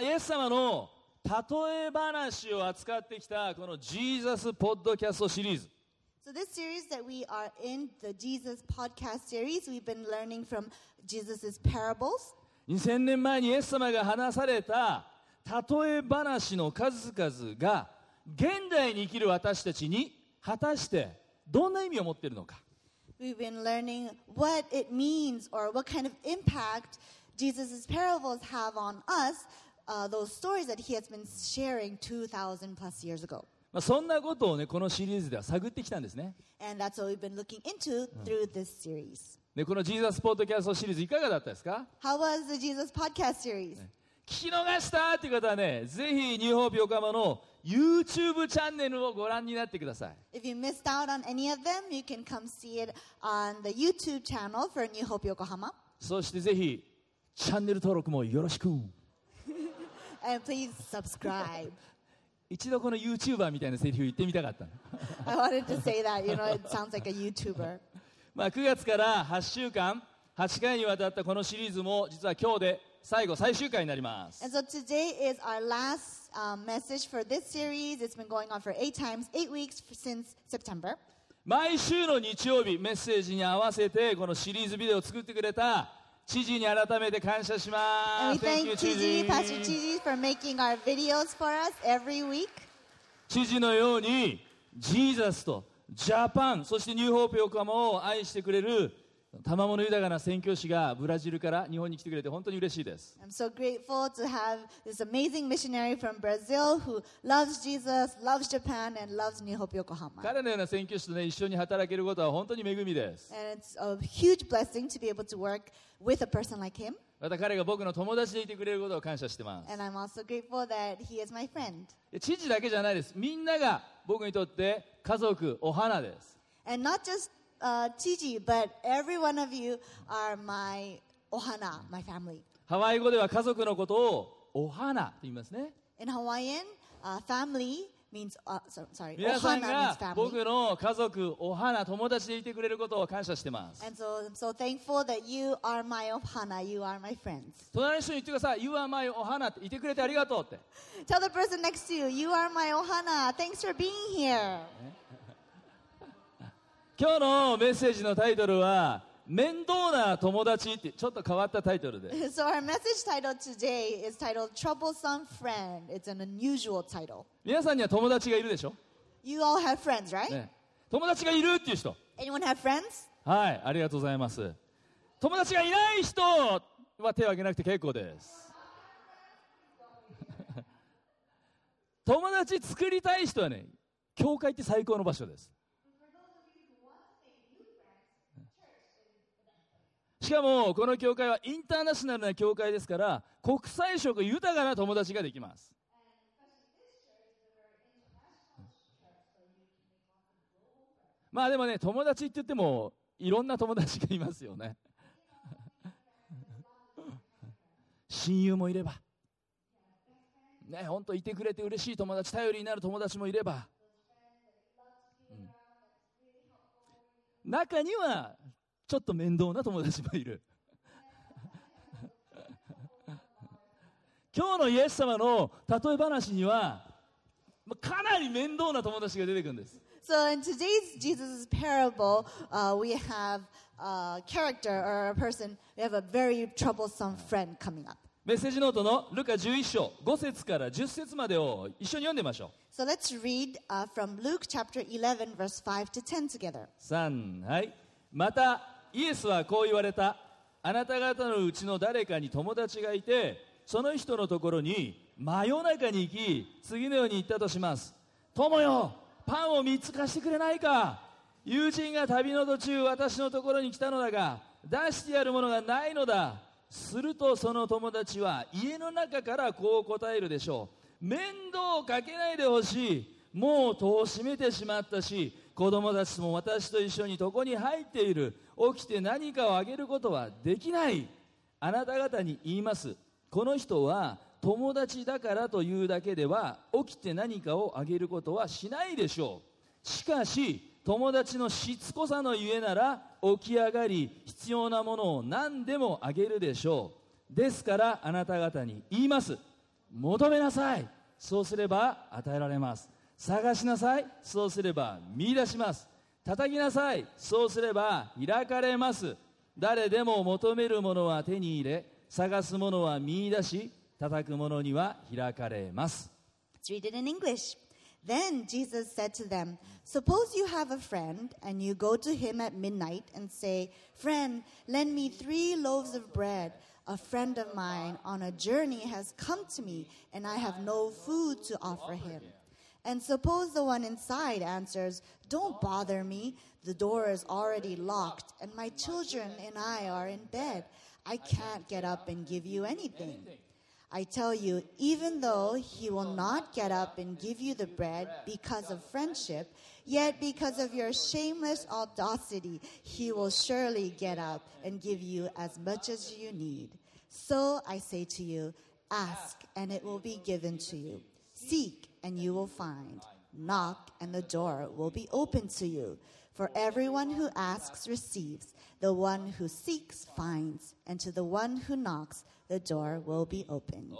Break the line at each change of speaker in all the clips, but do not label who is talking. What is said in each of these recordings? イエス様の例え話を扱ってきたこのジーザスポッドキャストシリーズ。
So, this series that we are in, the Jesus podcast series, we've been learning from Jesus' parables.
2000年前にイエス様が話された例え話の数々が現代に生きる私たちに果たしてどんな意味を持っているのか。
We've been learning what it means or what kind of impact Jesus' parables have on us, uh, those stories that he has been sharing 2,000 plus years ago.
まあ、そんなことをね、このシリーズでは探ってきたんですね。
And that's what we've been looking into through this series.
で、このジーザスポッドキャストシリーズいかがだったですか
How was the Jesus podcast series?
聞き逃したっていう方はね、ぜひニューホープ横浜の YouTube チャンネルをご覧になってください。
If you missed out on any of them, you can come see it on the YouTube channel for New Hope Yokohama.
そしてぜひ、チャンネル登録もよろしく。
And please subscribe.
一度この YouTuber みたいなセリフ言ってみたかったの
I wanted to say that, you know, it sounds like a YouTuber.
まあ9月から8週間、8回にわたったこのシリーズも、実は今日で最後、最終回になります。
And so today is our last um, message for this series. It's been going on for eight times, eight weeks f- since September.
毎週の日曜日、メッセージに合わせて、このシリーズビデオを作ってくれた、知事に改めて感謝し
And
ま
we
す。
thank
Ah, Thank you,
Chiji, Pastor Chiji, for making our videos for us every week.
知事のようにジーザスとジャパンそしてニューホープ横浜を愛してくれる賜物豊かな宣教師がブラジルから日本に来てくれて本当に嬉しいです
I'm so grateful to have this amazing missionary from Brazil who loves Jesus, loves Japan, and loves New Hope Yokohama.
彼のような宣教師と、ね、一緒に働けることは本当に恵みです
And it's a huge blessing to be able to work with a person like him.
また彼が僕の友達でいてくれることを感謝してます
And I'm also grateful that he is my friend.
で知事だけじゃないですみんなが僕にとって家族お花です
And not just uh, Chiji, but every one of you are my ohana, my family.
ハワイ語では家族のことをお花と言いますね
In Hawaiian, uh, family means, uh, so, sorry,
皆さん
ohana means
が
family.
僕の家族お花友達でいてくれることを感謝してます
And so I'm so thankful that you are my ohana, you are my friends.
隣の人に言ってください「You are my お花」っていてくれてありがとうって
Tell the person next to you, you are my ohana, thanks for being here.
今日のメッセージのタイトルは「面倒な友達」ってちょっと変わったタイトルで
So our message title today is titled Troublesome Friend. It's an unusual title.
皆さんには友達がいるでしょ、
You all have friends, right?
ね、友達がいるっていう人
Anyone have friends?
はいありがとうございます友達がいない人は手を挙げなくて結構です 友達作りたい人はね教会って最高の場所ですしかもこの教会はインターナショナルな教会ですから国際色豊かな友達ができますまあでもね友達って言ってもいろんな友達がいますよね 親友もいればね本当いてくれて嬉しい友達頼りになる友達もいれば、うん中にはちょっと面倒な友達もいる今日のイエス様の例え話にはまあかなり面倒な友達が出てくるんです
So in today's Jesus' parable, uh, we have a character or a person, we have a very troublesome friend coming up.
メッセージノートのルカ11章5節から10節までを一緒に読んでみましょ
So let's read uh, from Luke chapter 11, verse 5 to 10 together.
う3はいまたイエスはこう言われたあなた方のうちの誰かに友達がいてその人のところに真夜中に行き次のように言ったとします友よパンを3つ貸してくれないか友人が旅の途中私のところに来たのだが出してやるものがないのだするとその友達は家の中からこう答えるでしょう面倒をかけないでほしいもう戸を閉めてしまったし子供たちも私と一緒に床に入っている起きて何かをあげることはできないあなた方に言いますこの人は友達だからというだけでは起きて何かをあげることはしないでしょうしかし友達のしつこさのゆえなら起き上がり必要なものを何でもあげるでしょうですからあなた方に言います求めなさいそうすれば与えられます探しなさいそうすれば見出します叩きなさいそうすれば開かれます誰でも求めるものは手に入れ探すものは見出し叩くものには開かれます
Let's read it in English. Then Jesus said to them, Suppose you have a friend, and you go to him at midnight and say, Friend, lend me three loaves of bread. A friend of mine on a journey has come to me, and I have no food to offer him. And suppose the one inside answers, Don't bother me. The door is already locked, and my children and I are in bed. I can't get up and give you anything. I tell you, even though he will not get up and give you the bread because of friendship, yet because of your shameless audacity, he will surely get up and give you as much as you need. So I say to you, ask and it will be given to you. Seek and you will find. Knock and the door will be open to you. For everyone who asks receives, the one who seeks finds, and to the one who knocks, the door will be opened.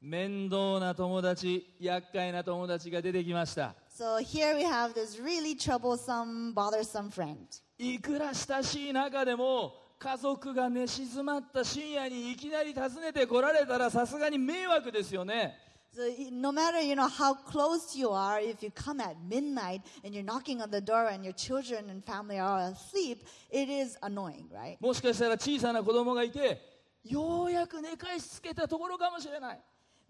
面倒な友達厄介な友達が出てきました
So here we have this really troublesome, bothersome friend.
いくら親しい中でも家族が寝静まった深夜にいきなり訪ねてこられたらさすがに迷惑ですよね
So y- no matter you know how close you are, if you come at midnight and you're knocking on the door and your children and family are asleep, it is annoying, right?
もしかしたら小さな子供がいてようやく寝かしつけたところかもしれない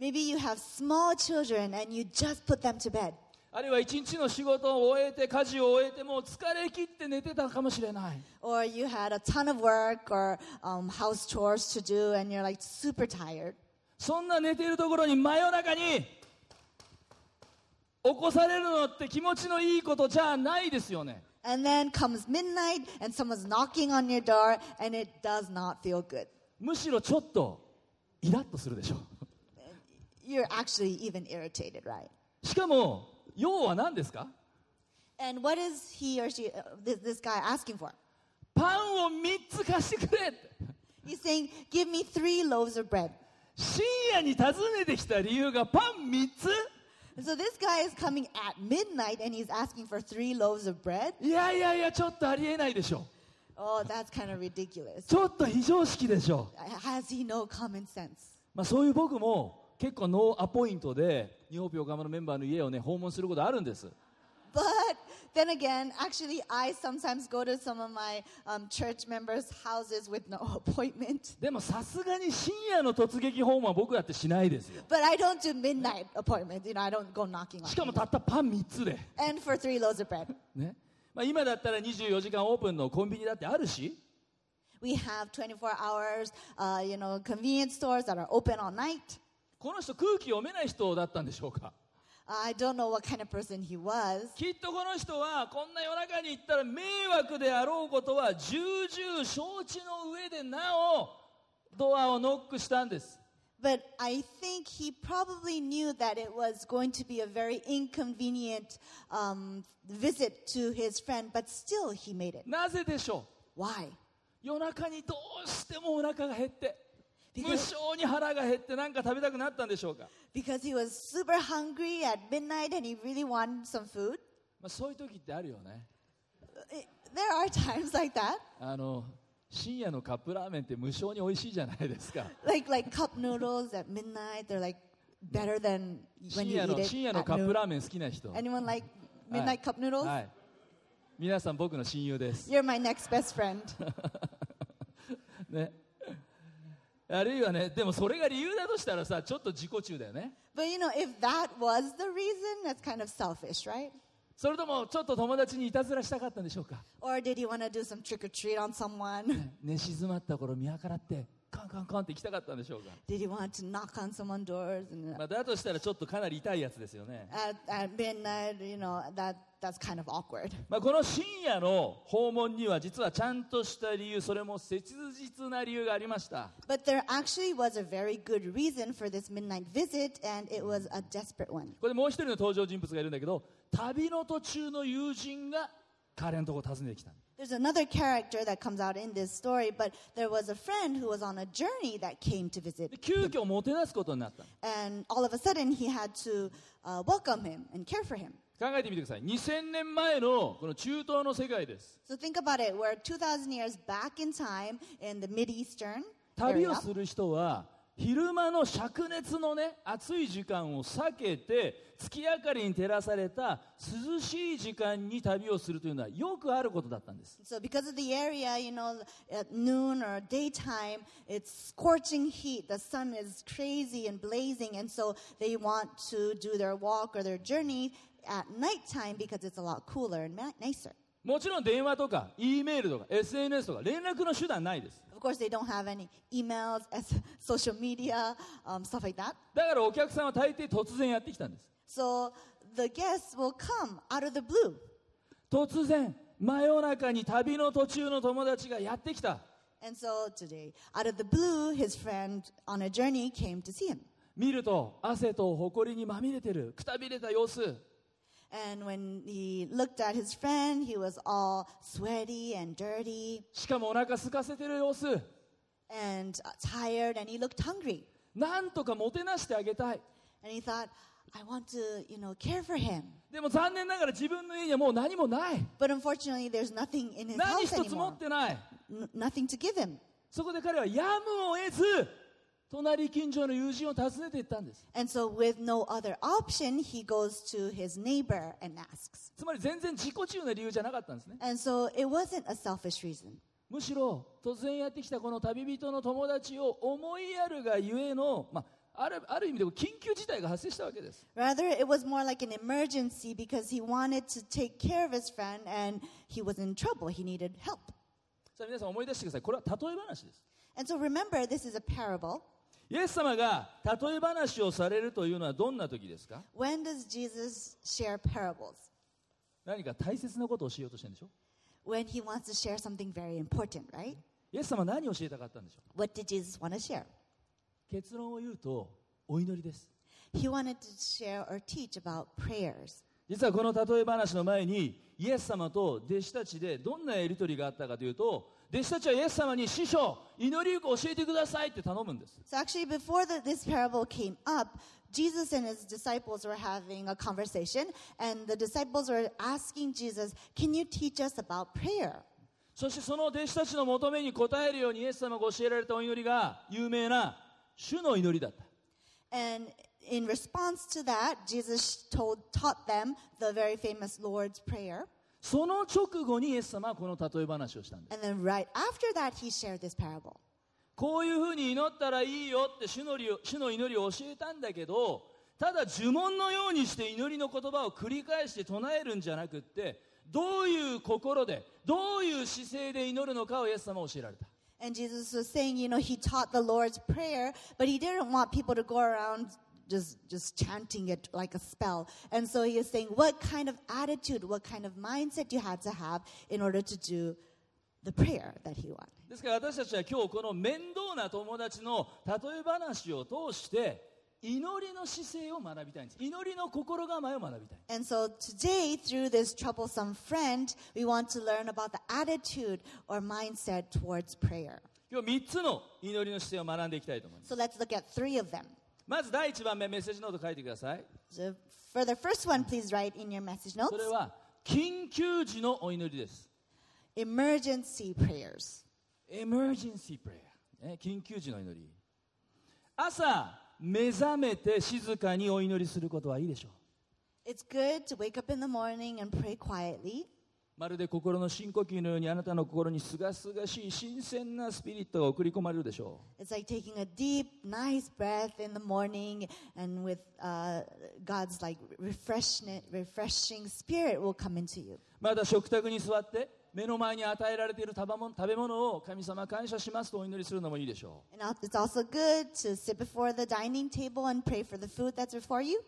Maybe you have small children and you just put them to bed.
あるいは一日の仕事を終えて家事を終えてもう疲れ切って寝てたかもしれない
Or you had a ton of work or um, house chores to do and you're like super tired.
そんな寝ているところに真夜中に起こされるのって気持ちのいいことじゃないですよね
And then comes midnight and someone's knocking on your door and it does not feel good.
むしろちょっとイラッとするでしょ
You're actually even irritated, right?
しかも要は何ですか
And what is he or she, uh, this, this guy asking for?
パンを3つ貸してくれって
He's saying, Give me three loaves of bread.
深夜に訪ねてきた理由がパン3つ
And so this guy is coming at midnight and he's asking for three loaves of bread.
いやいやいやちょっとありえないでしょ
Oh, that's kind of ridiculous.
ちょっと非常識でしょ
Has he no common sense?
まあ、そういう僕も結構ノーアポイントで日本オカマのメンバーの家をね訪問することあるんです
But then again, actually, I sometimes go to some of my um, church members' houses with no appointment.
でもさすがに深夜の突撃訪問は僕だってしないですよ
But I don't do midnight appointments. You know, I don't go knocking
しか
on.
もたったパン3つで、
And for three loaves of bread,
ねまあ、今だったら24時間オープンのコンビニだってあるし
we have 24 hours. Uh, you know, convenience stores that are open all night.
この人空気読めない人だったんでしょうか
I don't know what kind of person he was.
きっとこの人はこんな夜中に行ったら迷惑であろうことは重々承知の上でなおドアをノックしたんです
But I think he probably knew that it was going to be a very inconvenient um, visit to his friend, but still he made it.
なぜでしょう
Why?
夜中にどうしてもお腹が減って
で
無性に腹が減って何か食べたくなったんでしょうか、
Because he was super hungry at midnight and he really wanted some food.
まあ、そういう時ってあるよね
It- there are times like that,
あの深夜のカップラーメンって無性に美味しいじゃないです か
like like cup noodles at midnight. They're like better than
深
when you
夜の
eat
深
it
夜の
at
カップ
noon.
ラーメン好きな人
Anyone like midnight cup noodles?
はい皆さん僕の親友です、
You're my next best friend.
ね、あるいはねでもそれが理由だとしたらさちょっと自己中だよね
but you know, if that was the reason, that's kind of selfish, right?
それともちょっと友達にいたずらしたかったんでしょうか
Or did he want to do some trick or treat on someone?
寝静まった頃見計らってカンカンカンって行きたかったんでしょうか
did he want to knock on someone's doors? And uh,
まあ、だとしたらちょっとかなり痛いやつですよね、
at, at midnight, you know, that that's kind of awkward.
まあ、この深夜の訪問には実はちゃんとした理由それも切実な理由がありました
But there actually was a very good reason for this midnight visit, and it was a desperate one.
これもう一人の登場人物がいるんだけど旅の途中の友人が彼のとこ訪ねてきた
There's another character that comes out in this story, but there was a friend who was on a journey that came to visit,
で急遽もてなすことになったの
and all of a sudden he had to uh, welcome him and care for him.
考えてみてください2000年前のこの中東の世界です
So think about it. We're 2,000 years back in time in the Mid Eastern
旅
area.
をする人は昼間の灼熱のね暑い時間を避けて月明かりに照らされた涼しい時間に旅をするというのはよくあることだったんです
So because of the area, you know, at noon or daytime, it's scorching heat. The sun is crazy and blazing, and so they want to do their walk or their journey at nighttime because it's a lot cooler and ma- nicer.
もちろん電話とか E メールとか SNS とか連絡の手段ないです
Of course, they don't have any emails, as social media, um, stuff like that.
だからお客さんは大抵突然やってきたんです
So the guests will come out of the blue.
突然真夜中に旅の途中の友達がやってきた
And so today, out of the blue, his friend on a journey came to see him.
見ると汗と埃にまみれてるくたびれた様子
And when he looked at his friend, he was all sweaty and dirty
しかもお腹空かせてる様子
and uh, tired, and he looked hungry.
なんとかもてなしてあげたい
And he thought, I want to, you know, care for him.
でも残念ながら自分の家にはもう何もない
But unfortunately, there's nothing in his
何
house
一つ持
anymore,
ってない
N- nothing to give him.
そこで彼はやむを得ず隣近所の友人を訪ねていったんです
And so, with no other option, he goes to his neighbor and asks.
つまり全然自己中な理由じゃなかったんですね
And so, it wasn't a selfish reason.
むしろ突然やってきたこの旅人の友達を思いやるがゆえの、まあ、あるある意味で緊急事態が発生したわけです
Rather, it was more like an emergency because he wanted to take care of his friend and he was in trouble. He needed help.
さあ皆さん思い出してくださいこれは例え話です
And so, remember, this is a parable.
イエス様が例え話をされるというのはどんな時ですか
When does Jesus share parables?
何か大切なことをしようとしてるんでしょ
When he wants to share something very important, right?
イエス様何を教えたかったんでしょ
What did Jesus want to share?
う結論を言うとお祈りです
He wanted to share or teach about prayers.
実はこの例え話の前にイエス様と弟子たちでどんなやり取りがあったかというと弟子たちはイエス様に師匠祈りゆく教えてくださいって頼むんです
So, actually, before the, this parable came up, Jesus and his disciples were having a conversation, and the disciples were asking Jesus, Can you teach us about prayer?
そしてその弟子たちの求めに応えるようにイエス様が教えられたお祈りが有名な主の祈りだった
And in response to that, Jesus told, taught them the very famous Lord's Prayer.
その直後にイエス様はこの例え話をしたんです
And then right after that, he shared this parable.
こういうふうに祈ったらいいよって主のりを主の祈りを教えたんだけどただ呪文のようにして祈りの言葉を繰り返して唱えるんじゃなくってどういう心でどういう姿勢で祈るのかをイエス様は教えられた
And Jesus was saying, you know, he taught the Lord's Prayer, but he didn't want people to go around just, just chanting it like a spell. And so he is saying, what kind of attitude, what kind of mindset you had to have in order to do the prayer that he wanted.
ですから私たちは今日この面倒な友達の例え話を通して祈りの姿勢を学びたいんです祈りの心構えを学びたい
And so today, through this troublesome friend, we want to learn about the attitude or mindset towards prayer.
今日3つの祈りの姿勢を学んでいきたいと思います
So let's look at three of them.
まず第1番目メッセージノート書いてください
So for the first one, please write in your message notes
それは緊急時のお祈りです
emergency prayers.
エム r ジェンシープレ r ね、緊急時の祈り朝目覚めて静かにお祈りすることはいいでしょう
It's good to wake up in the morning and pray quietly.
まるで心の深呼吸のようにあなたの心にすがすがしい新鮮なスピリットが送り込まれるでしょ
It's like taking a deep, nice breath in the morning, and with uh, God's like refreshing, refreshing spirit will come into you.
うまた食卓に座って目の前に与えられている食べ物食べ物を神様感謝しますとお祈りするのもいいでしょ
And al- it's also good to sit before the dining table and pray for the food that's before you.
う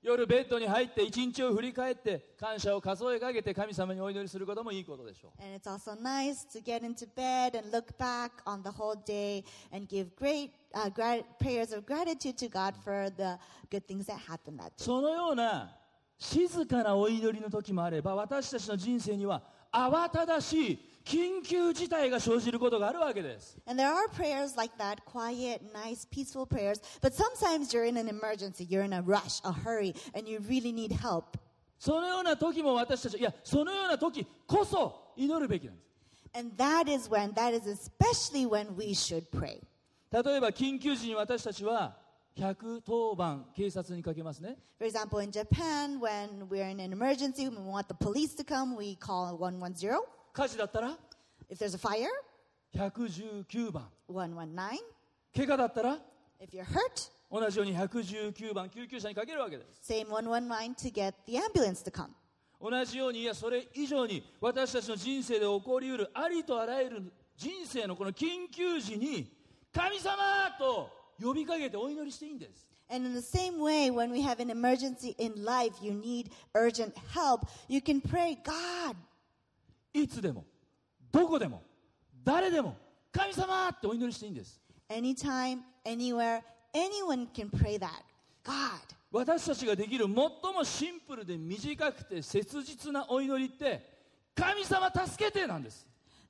夜ベッドに入って一日を振り返って感謝を数え上げて神様にお祈りすることもいいことでしょう
And it's also nice to get into bed and look back on the whole day and give great uh, grat- prayers of gratitude to God for the good things that happened that day.
そのような静かなお祈りの時もあれば私たちの人生には慌ただしい緊急事態が生じることがあるわけです。
And there are prayers like that, quiet, nice, peaceful prayers. But sometimes you're in an emergency, you're in a rush, a hurry, and you really need help.
そのような時も私たち、いや、そのような時こそ祈るべきなんです。
And that is when, that is especially when we should pray.
例えば緊急時に私たちは110番警察にかけますね。
For example, in Japan, when we're in an emergency, when we want the police to come, we call 110.
火事だったら
If there's a fire,
119番。
119.
怪我だったら
If you're hurt,
同じように119番救急車にかけるわけです。
same 119 to get the ambulance to come.
同じようにいやそれ以上に私たちの人生で起こりうるありとあらゆる人生のこの緊急時に神様と呼びかけてお祈りしていいんです
And in the same way, when we have an emergency in life, you need urgent help, you can pray, God,
いつでもどこでも誰でも神様ってお祈りしていいんです
anytime, anywhere, anyone can pray that. God.
私たちができる最もシンプルで短くて切実なお祈りって神様助けてなんです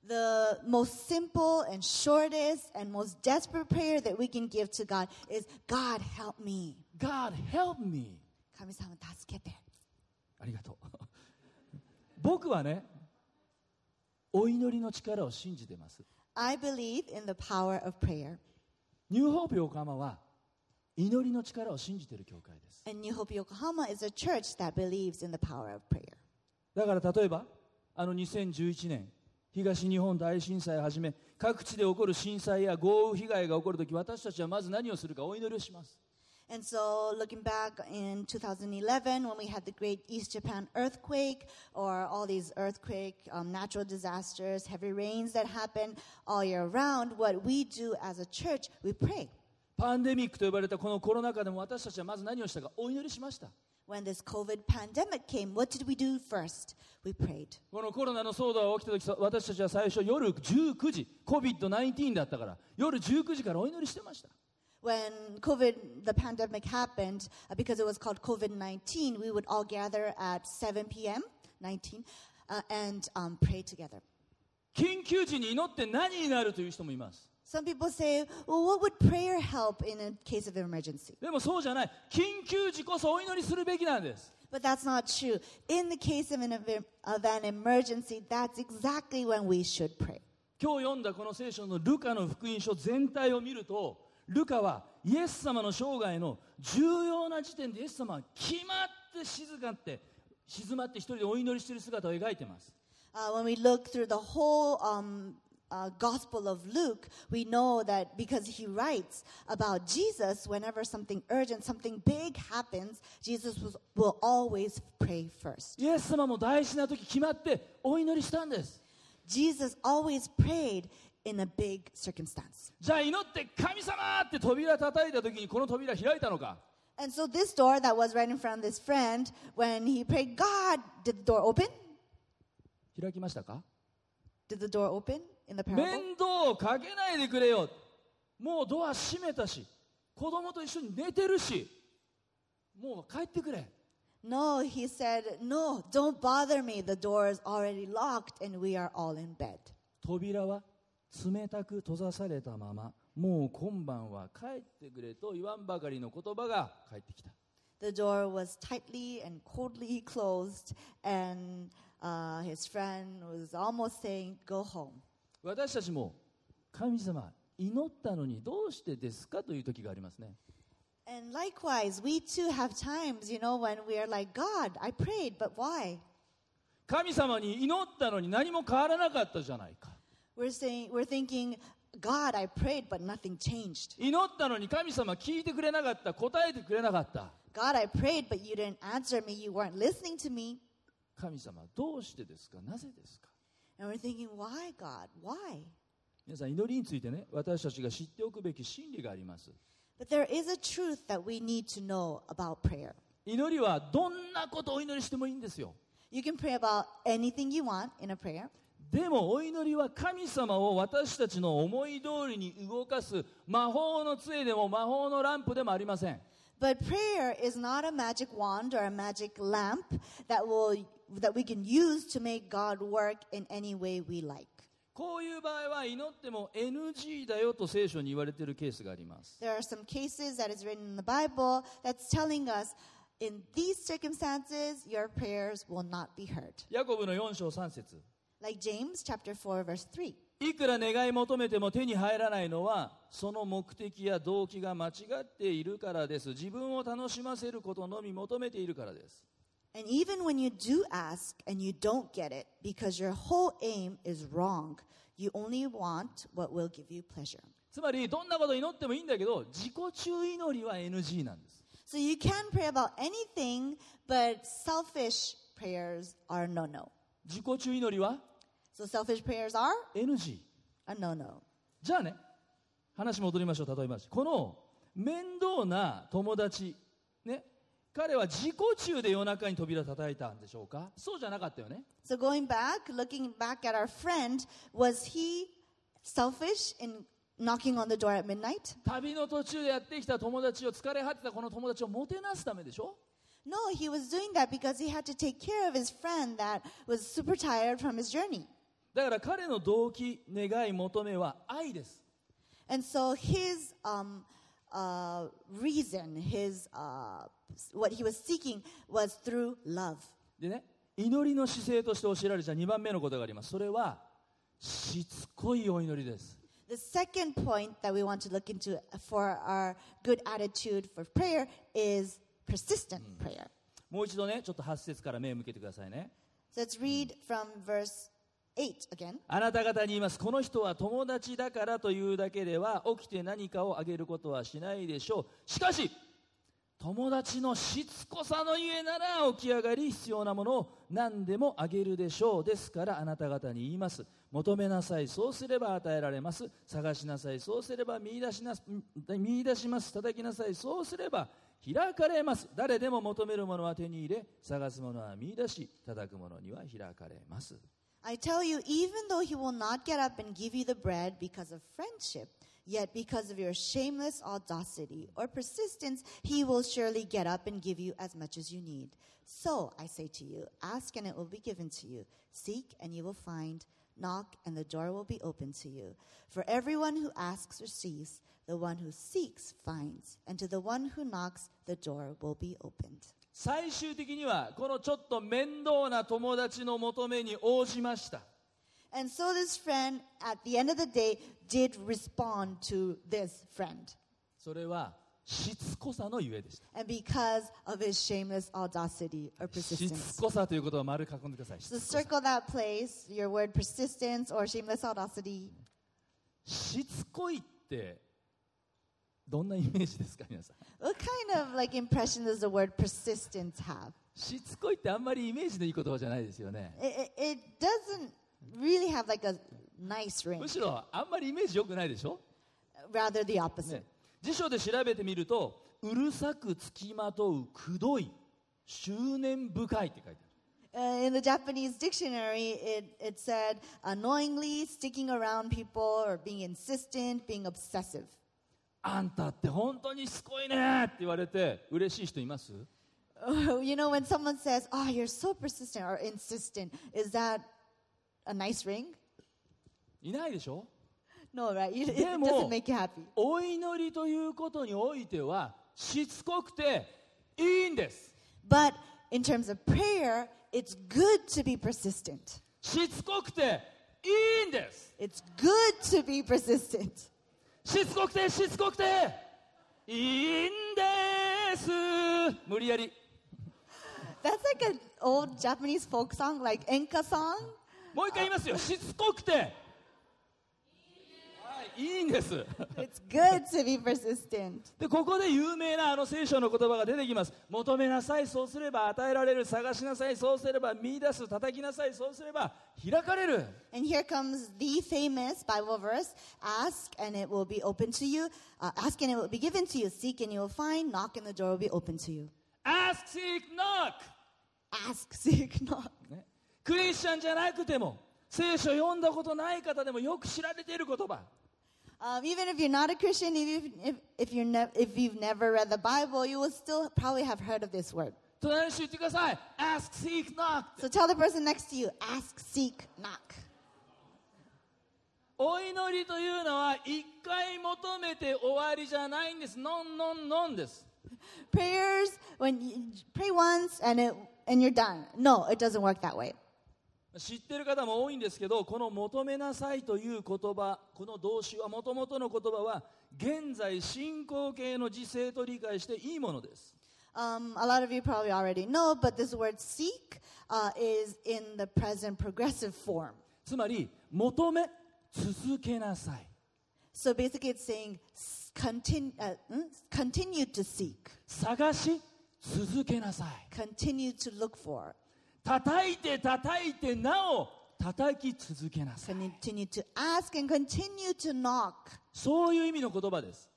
The most simple and shortest and most desperate prayer that we can give to God is, God, help me.
God help me
神様, "助けて."
ありがとう僕はねお祈りの力を信じてます
I believe in the power of prayer.
ニューホープ横浜は祈りの力を信じている教会です。
And New Hope Yokohama is a church that believes in the power of prayer.
だから例えば、あの2011年、東日本大震災をはじめ、各地で起こる震災や豪雨被害が起こるとき、私たちはまず何をするかお祈りをします。
And so, looking back in 2011, when we had the great East Japan earthquake, or all these earthquake, um, natural disasters, heavy rains that happen all year round, what we do as a church, we pray.
パンデミックと呼ばれたこのコロナ禍でも私たちはまず何をしたかお祈りしました。
When this COVID pandemic came, what did we do first? We prayed.
このコロナの騒動が起きたとき、私たちは最初夜19時、COVID-19 だったから、夜19時からお祈りしてました。
When COVID, the pandemic happened, uh, because it was called COVID 19, we would all gather at 7 p.m., 19, uh, and um, pray together.
緊急時に祈って何になるという人もいます。
Some people say, well, what would prayer help in a case of emergency?
でもそうじゃない。緊急時こそお祈りするべきなんです。
But that's not true. In the case of an, ev- of an emergency, that's exactly when we should pray.
今日読んだこの聖書のルカの福音書全体を見ると、ルカはイエス様の生涯の重要な時点でイエス様は決まって静かって、静まって一人でお祈りしている姿を描いてます。
Uh, when we look through the whole um, uh, Gospel of Luke, we know that because he writes about Jesus, whenever something urgent, something big happens, Jesus was, will always pray first.
イエス様も大事な時決まってお祈りしたんです。
Jesus always prayed in a big circumstance.
じゃあ祈って神様って扉叩いた時にこの扉開いたのか
And so this door that was right in front of this friend, when he prayed, God, did the door open?
開きましたか
Did the door open in the parable?
面倒をかけないでくれよもうドア閉めたし子供と一緒に寝てるしもう帰ってくれ
No, he said, No, don't bother me. The door is already locked and we are all in bed.
扉は冷たく閉ざされたままもう今晩は帰ってくれと言わんばかりの言葉が返ってきた
The door was tightly and coldly closed, and uh, his friend was almost saying, Go home.
私たちも神様祈ったのにどうしてですかという時がありますね
And likewise, we too have times, you know, when we are like, God, I prayed, but why?
神様に祈ったのに何も変わらなかったじゃないか
We're saying, we're thinking, God, I prayed, but nothing changed.
祈ったのに神様聞いてくれなかった答えてくれなかった
God, I prayed, but you didn't answer me. You weren't listening to me.
神様どうしてですかなぜですか
And we're thinking, why, God? Why?
皆さん祈りについてね私たちが知っておくべき真理があります
But there is a truth that we need to know about prayer.
祈りはどんなことをお祈りしてもいいんですよ
You can pray about anything you want in a prayer,
でもお祈りは神様を私たちの思い通りに動かす魔法の杖でも魔法のランプでもありません
but prayer is not a magic wand or a magic lamp that will that we can use to make God work in any way we like.
こういう場合は祈っても NG だよと聖書に言われているケースがあります。
There are some cases that is written in the Bible that's telling us in these circumstances your prayers will not be heard.
ヤコブの4章3節
Like James chapter 4 verse 3.
いくら願い求めても手に入らないのはその目的や動機が間違っているからです自分を楽しませることのみ求めているからです
And even when you do ask and you don't get it because your whole aim is wrong, you only want what will give you pleasure.
つまりどんなこと祈ってもいいんだけど自己中祈りは NG なんです
So you can pray about anything, but selfish prayers are no no.
自己中祈りは
So selfish prayers are
NG
a no no.
じゃあね話戻りましょう例え話この面倒な友達ね彼は自己中で夜中に扉叩いたんでしょうかそうじゃなかったよね
So going back, looking back at our friend, was he selfish in knocking on the door at midnight?
旅の途中でやってきた友達を疲れ果てたこの友達をもてなすためでしょ
No, he was doing that because he had to take care of his friend that was super tired from his journey.
だから彼の動機願い求めは愛です
And so his um, uh, reason, his uh, what he was seeking was through love.
でね祈りの姿勢として教えられた2番目のことがありますそれはしつこいお祈りです
The second point that we want to look into for our good attitude for prayer is persistent prayer.
もう一度ねちょっと8節から目を向けてくださいね
So let's read from verse 8 again.
あなた方に言いますこの人は友達だからというだけでは起きて何かをあげることはしないでしょうしかし友達のしつこさのゆえなら起き上がり必要なものを何でもあげるでしょうですからあなた方に言います求めなさいそうすれば与えられます探しなさいそうすれば見出しなす見出します叩きなさいそうすれば開かれます誰でも求めるものは手に入れ探すものは見出し叩くものには開かれます
I tell you, even though he will not get up and give you the bread because of friendship, yet because of your shameless audacity or persistence, he will surely get up and give you as much as you need. So I say to you, ask and it will be given to you. Seek and you will find. Knock and the door will be open to you. For everyone who asks receives, the one who seeks finds, and to the one who knocks, the door will be opened.
最終的にはこのちょっと面倒な友達の求めに応じました
And so this friend, at the end of the day, did respond to this friend.
それはしつこさのゆえでした
And because of his shameless audacity or
しつ
persistence.
こさということを丸囲んでくださいし
So
つこさ
circle that place, your word persistence or shameless audacity.
しつこいってどんなイメージですか皆さん
What kind of like impression does the word persistence have?
しつこいってあんまりイメージのいい言葉じゃないですよね
It, it, it doesn't really have like a nice ring,
むしろあんまりイメージ良くないでしょ、
rather the opposite.
ね、辞書で調べてみるとうるさくつきまとうくどい執念深いって書いてある
Uh, in the Japanese dictionary, it, it said annoyingly sticking around people or being insistent, being obsessive.
あんたって本当にしつこいねって言われて嬉しい人います
you know, when someone says, Oh, you're so persistent or insistent, is that a nice ring?
いないでしょ
No, right? You, it
で
doesn't
も
make you happy.
お祈りということにおいてはしつこくていいんです
But in terms of prayer, it's good to be persistent.
しつこくていいんです
It's good to be persistent.
しつこくてしつこくていいんです無理やり
That's like an old Japanese folk song, like Enka song.
もう一回言いますよしつこくてはいいいんです
It's good to be persistent.
でここで有名なあの聖書の言葉が出てきます求めなさいそうすれば与えられる探しなさいそうすれば見出す叩きなさいそうすれば開かれる
And here comes the famous Bible verse Ask and it will be open to you. Uh, ask and it will be given to you. Seek and you will find. Knock and the door will be open to you.
Ask, seek, knock、
Ask, seek, knock.
ね、クリスチャンじゃなくても聖書読んだことない方でもよく知られている言葉
Um, even if you're not a Christian, if, you've- if, if, you're nev- if you've never read the Bible, you will still probably have heard of this word.
隣の人言ってください Ask, seek, knock
So tell the person next to you ask, seek, knock.
お祈りというのは一回求めて終わりじゃないんですノンノンノンです
Prayers, when you pray once and, it, and you're done. No, it doesn't work that way.
知ってる方も多いんですけどこの「求めなさい」という言葉この動詞はもともとの言葉は現在進行形の時制と理解していいものです
Um, a lot of you probably already know, but this word seek uh, is in the present progressive form.
つまり求め続けなさい
So basically, it's saying continue, uh, mm, continue to seek,
探し続けなさい
continue to look for,
叩いて叩いてなお叩き続けなさい
continue to ask, and continue to knock.
そういう意味の言葉です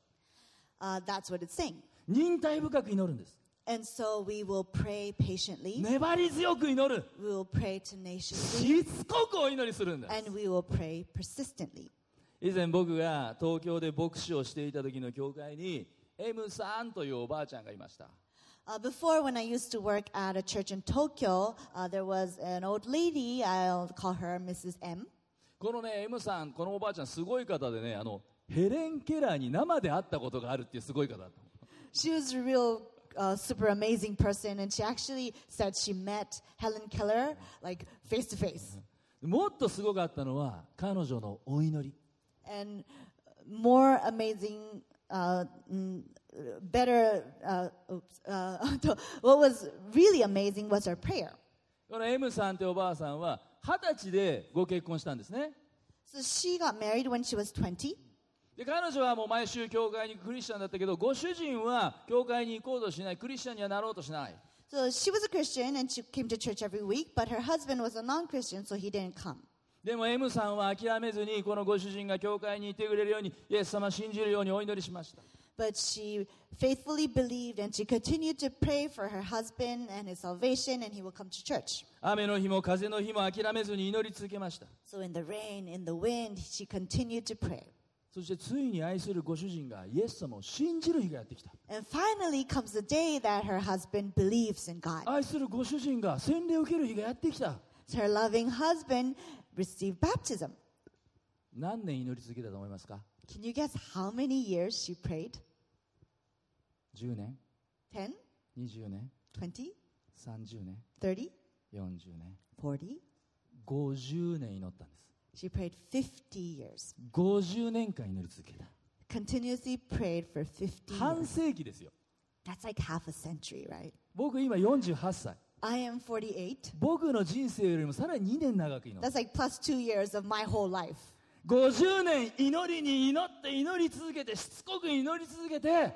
Uh, that's what it's saying.
忍耐深く祈るんです
And so we will pray patiently,
粘り強く祈る
we will pray tenaciously,
しつこくお祈りするんだ
and we will pray persistently.
以前僕が東京で牧師をしていた時の教会に M さんというおばあちゃんがいました
Uh, before, when I used to work at a church in Tokyo, uh, there was an old lady, I'll call her Mrs. M.
このね M さんこのおばあちゃんすごい方でねあのヘレン・ケラーに生で会ったことがあるっていうすごい方だった
She was a real uh, super amazing person, and she actually said she met Helen Keller like face to face.
もっとすごかったのは彼女のお祈り
And more amazing, uh, mm, better, uh, oops, uh, what was really amazing was her prayer.
この M さんっておばあさんは二十歳でご結婚したんですね
So she got married when she was 20.
で彼女はもう毎週教会に行くクリスチャンだったけどご主人は教会に行こうとしないクリスチャンにはなろうとしない
So she was a Christian and she came to church every week, but her husband was a non Christian, so he didn't come.
でも M さんは諦めずにこのご主人が教会にいてくれるようにイエス様信じるようにお祈りしました
But she faithfully believed and she continued to pray for her husband and his salvation, and he will come to church.
雨の日も風の日も諦めずに祈り続けました
So in the rain, in the wind, she continued to pray.
そしてついに愛するご主人がイエス様を信じる日がやってきた
And finally comes the day that her husband believes in God.
愛するご主人が洗礼を受ける日がやってきた
So her loving husband received baptism.
何年祈り続けたと思いますか
Can you guess how many years she prayed?
10年
10,
20年
20,
30年
30,
40年
40?
50年祈ったんです
She prayed 50 years.
50年間祈り続けた
Continuously prayed for 50
半
years.
世紀ですよ
That's like half a century, right?
僕今48歳
I am 48.
僕の人生よりもさらに2年長く祈った
That's like plus two years of my whole life.
50年祈りに祈って祈り続けてしつこく祈り続けて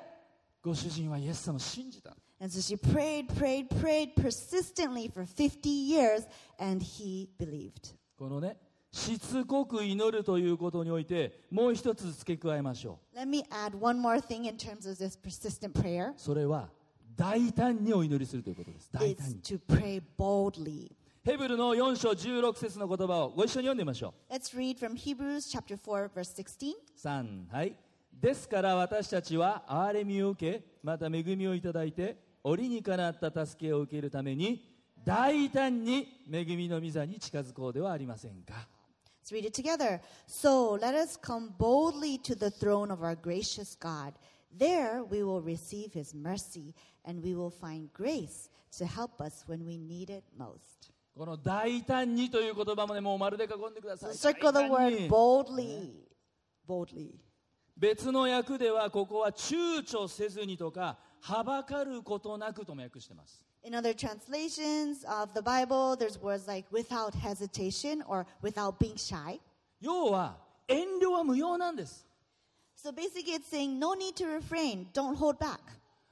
ご主人はイエス様を信じた
And so she prayed, prayed, prayed persistently for 50 years, and he believed.
このねしつこく祈るということにおいてもう一つ付け加えましょ
Let me add one more thing in terms of this persistent prayer
うそれは大胆にお祈りするということです大胆
it's
に
to pray boldly.
ヘブルの4章16節の言葉をご一緒に読んでみましょ
Let's read from Hebrews chapter 4, verse 16.
う3はいですから私たちは憐れみを受けまた恵みをいただいて折にかなった助けを受けるために大胆に恵みの御座に近づこうではありませんか
Let's read it together. So let us come boldly to the throne of our gracious God. There we will receive his mercy, and we will find grace to help us when we need it most.
この大胆にという言葉もね、もう丸で囲んでくださ
So
い。
circle the
大胆
word
に
boldly. Boldly.
別の訳では、ここは躊躇せずにとか、はばかることなくとも訳してます。
In other translations of the Bible, there's words like without hesitation or without being shy.
要は、遠慮は無用なんです。
So basically, it's saying no need to refrain, don't hold back.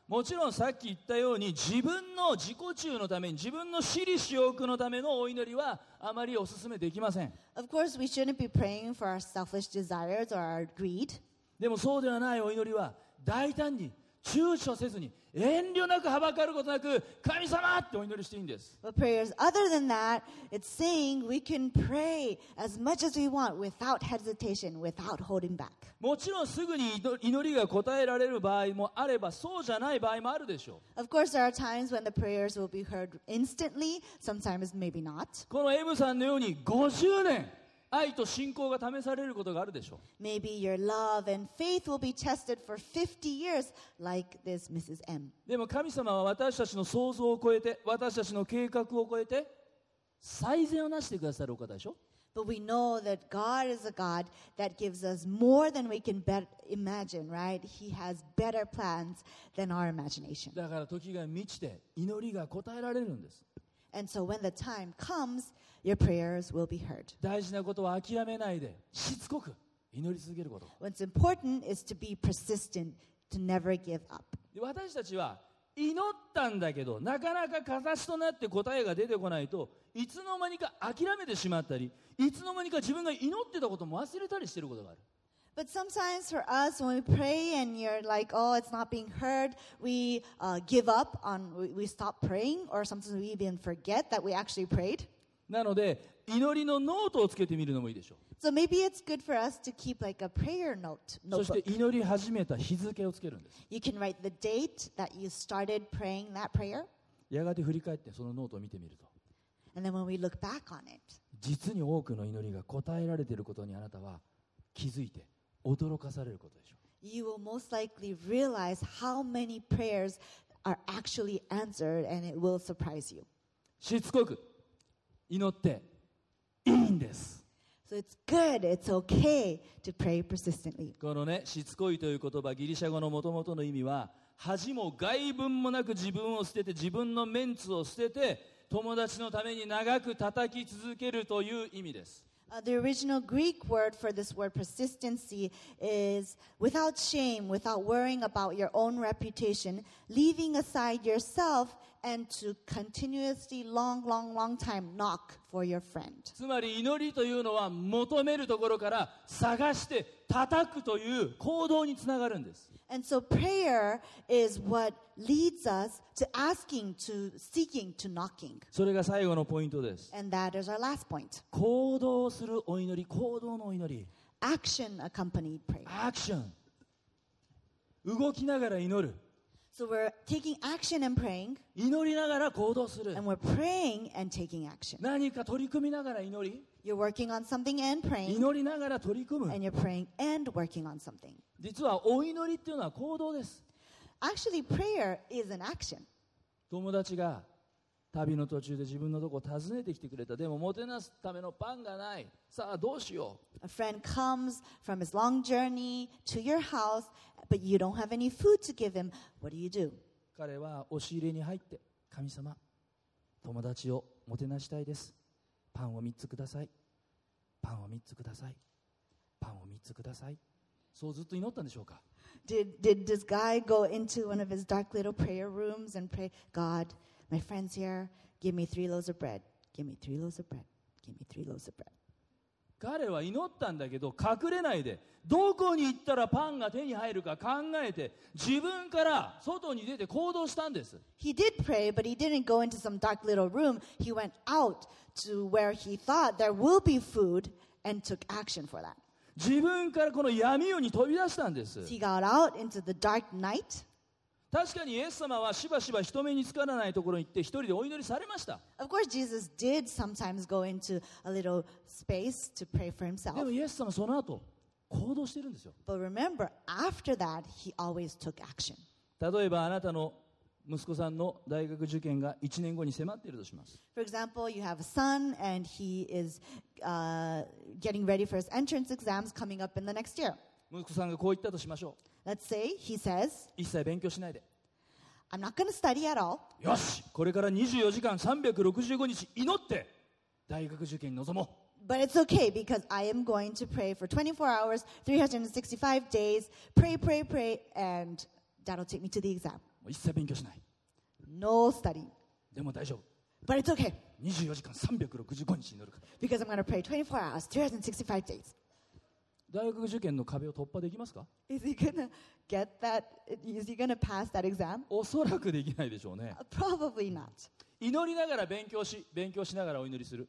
もちろんさっき言ったように、自分の自己中のために、自分の私利私欲のためのお祈りは、あまりお勧めできません。
Of course, we shouldn't be praying for our selfish desires or our greed.
でもそうではないお祈りは、大胆に、躊躇せずに遠慮なくはばかることなく神様ってお祈りしていいんです
But prayers other than that, it's saying we can pray as much as we want without hesitation, without holding back.
もちろんすぐに祈祈りが答えられる場合もあればそうじゃない場合もあるでしょう
Of course, there are times when the prayers will be heard instantly, sometimes maybe not.
この M さんのように50年愛と信仰が試されることがあるでしょう
Maybe your love and faith will be tested for 50 years, like this Mrs. M.
でも神様は私たちの想像を超えて私たちの計画を超えて最善をなしてくださるお方でしょ
But we know that God is a God that gives us more than we can bet- imagine, right? He has better plans than our imagination.
だから時が満ちて祈りが答えられるんです
And so when the time comes, your prayers will be heard.
大事なことは諦めないでしつこく祈り続けること
What's important is to be persistent, to never give up.
で私たちは祈ったんだけどなかなか形となって答えが出てこないといつの間にか諦めてしまったりいつの間にか自分が祈ってたことも忘れたりしてることがある
But sometimes for us, when we pray and you're like, oh, it's not being heard, we uh, give up on, we, we stop praying, or sometimes we even forget that we actually prayed.
なので祈りのノートをつけてみるのもいいでしょ
So maybe it's good for us to keep like a prayer note,
うそして
notebook.
祈り始めた日付をつけるんです
You can write the date that you started praying that prayer,
やがて振り返ってそのノートを見てみると
and then when we look back on it,
実に多くの祈りが答えられていることにあなたは気づいて驚かされることでしょ
you will most likely realize how many prayers are actually answered, and it will surprise you.
うしつこく祈っていいんです
So it's good, it's okay to pray persistently.
このねしつこいという言葉ギリシャ語のもともとの意味は恥も外分もなく自分を捨てて自分のメンツを捨てて友達のために長く叩き続けるという意味です
Uh, the original Greek word for this word persistency is without shame, without worrying about your own reputation, leaving aside yourself, and to continuously, long, long, long time knock for your friend.
つまり祈りというのは求めるところから探して叩くという行動につながるんです
And so prayer is what leads us to asking, to seeking, to knocking.
それが最後のポイントです
And that is our last point
行動するお祈り行動のお祈り
action accompanied prayer.
アクション動きながら祈る
So we're taking action and praying,
祈りながら行動する
and we're praying and taking action.
何か取り組みながら祈り
You're working on something and praying,
祈りながら取り組む
and you're praying and working on something.
実はお祈りっていうのは行動です
Actually, prayer is an action.
友達が旅の途中で自分のとこ訪ねてきてくれたでももてなすためのパンがないさあどうしよ
A friend comes from his long journey to your house, but you don't have any food to give him. What do you do?
う彼は押し入れに入って神様友達をもてなしたいですパンを3つくださいパンを3つくださいパンを3つくださいそうずっと祈ったんでしょうか
Did, did this guy go into one of his dark little prayer rooms and pray, God, my friend's here, give me three loaves of bread, give me three loaves of bread, give me three loaves of bread?
彼は祈ったんだけど隠れないでどこに行ったらパンが手に入るか考えて自分から外に出て行動したんです
He did pray, but he didn't go into some dark little room. He went out to where he thought there will be food and took action for that.
自分からこの闇夜に飛び出したんです
He got out into the dark night.
確かにイエス様はしばしば人目につからないところに行って一人でお祈りされました
Of course, Jesus did sometimes go into a little space to pray for
でも
himself.
イエス様その後行動してるんですよ
But remember, after that, he always took action.
例えばあなたの息子さんの大学受験が1年後に迫っているとします
For example, you have a son and he is uh, getting ready for his entrance exams coming up in the next year.
息子さんがこう言ったとしましょ
Let's say he says,
う一切勉強しないで
I'm not going to study at all.
よしこれから24時間365日祈って大学受験に臨もう
But it's okay because I am going to pray for 24 hours, 365 days, pray, pray, pray, and that'll take me to the exam.
もう一切勉強しない
No study.
でも大丈夫
But it's okay
24時間365日祈るから
because I'm going to pray 24 hours, 365 days.
大学受験の壁を突破できますか
Is he going to get that? Is he going to pass that exam?
おそらくできないでしょうね
Uh, Probably not.
祈りながら勉強し勉強しながらお祈りする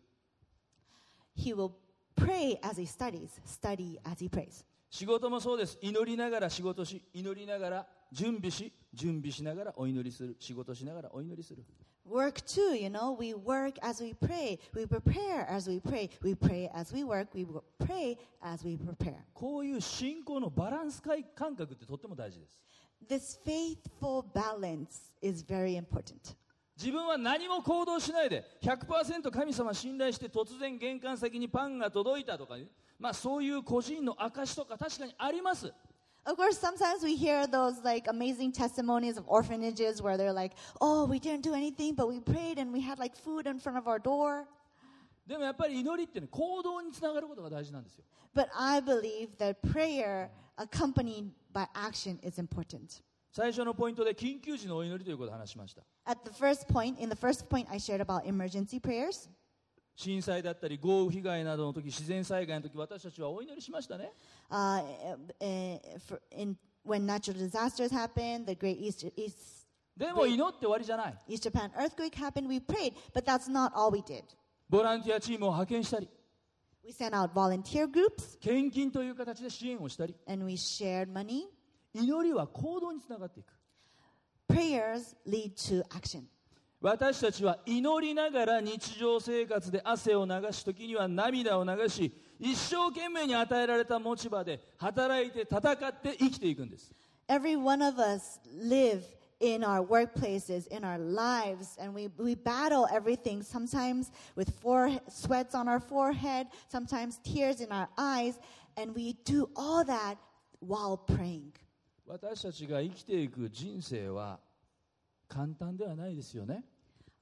He will pray as he studies, study as he prays.
仕事もそうです祈りながら仕事し祈りながら準備し準備しながらお祈りする仕事しながらお祈りする
Work too, you know, we work as we pray, we prepare as we pray, we pray as we work, we wo- pray as we prepare.
こういう信仰のバランス感覚ってとっても大事です。
This faithful balance is very important.
自分は何も行動しないで100%神様信頼して突然玄関先にパンが届いたとかね、まあそういう個人の証とか確かにあります。
Of course, sometimes we hear those like amazing testimonies of orphanages where they're like, oh, we didn't do anything, but we prayed and we had like food in front of our door.
でもやっぱり祈りってね、行動につながることが大事なんですよ。
But I believe that prayer accompanied by action is important.
最初のポイントで緊急時のお祈りということを話しました。
At the first point, in the first point, I shared about emergency prayers.
震災だったり豪雨被害などの時、自然災害の時、私たちはお祈りしましたね。
uh, uh, for in, when natural disasters happened, the Great East, East,
でも祈って終わりじゃない。
East Japan earthquake happened, we prayed, but that's not all we did.
ボランティアチームを派遣したり、
We sent out volunteer groups
献金という形で支援をしたり、
and we shared money.
祈りは行動につながっていく
Prayers lead to action.
私たちは祈りながら日常生活で汗を流し時には涙を流し一生懸命に与えられた持ち場で働いて戦って生きていくんです
Every one of us live in our workplaces, in our lives, and we, we battle everything, sometimes with fore, sweats on our forehead, sometimes tears in our eyes, and we do all that while praying.
私たちが生きていく人生は簡単ではないですよね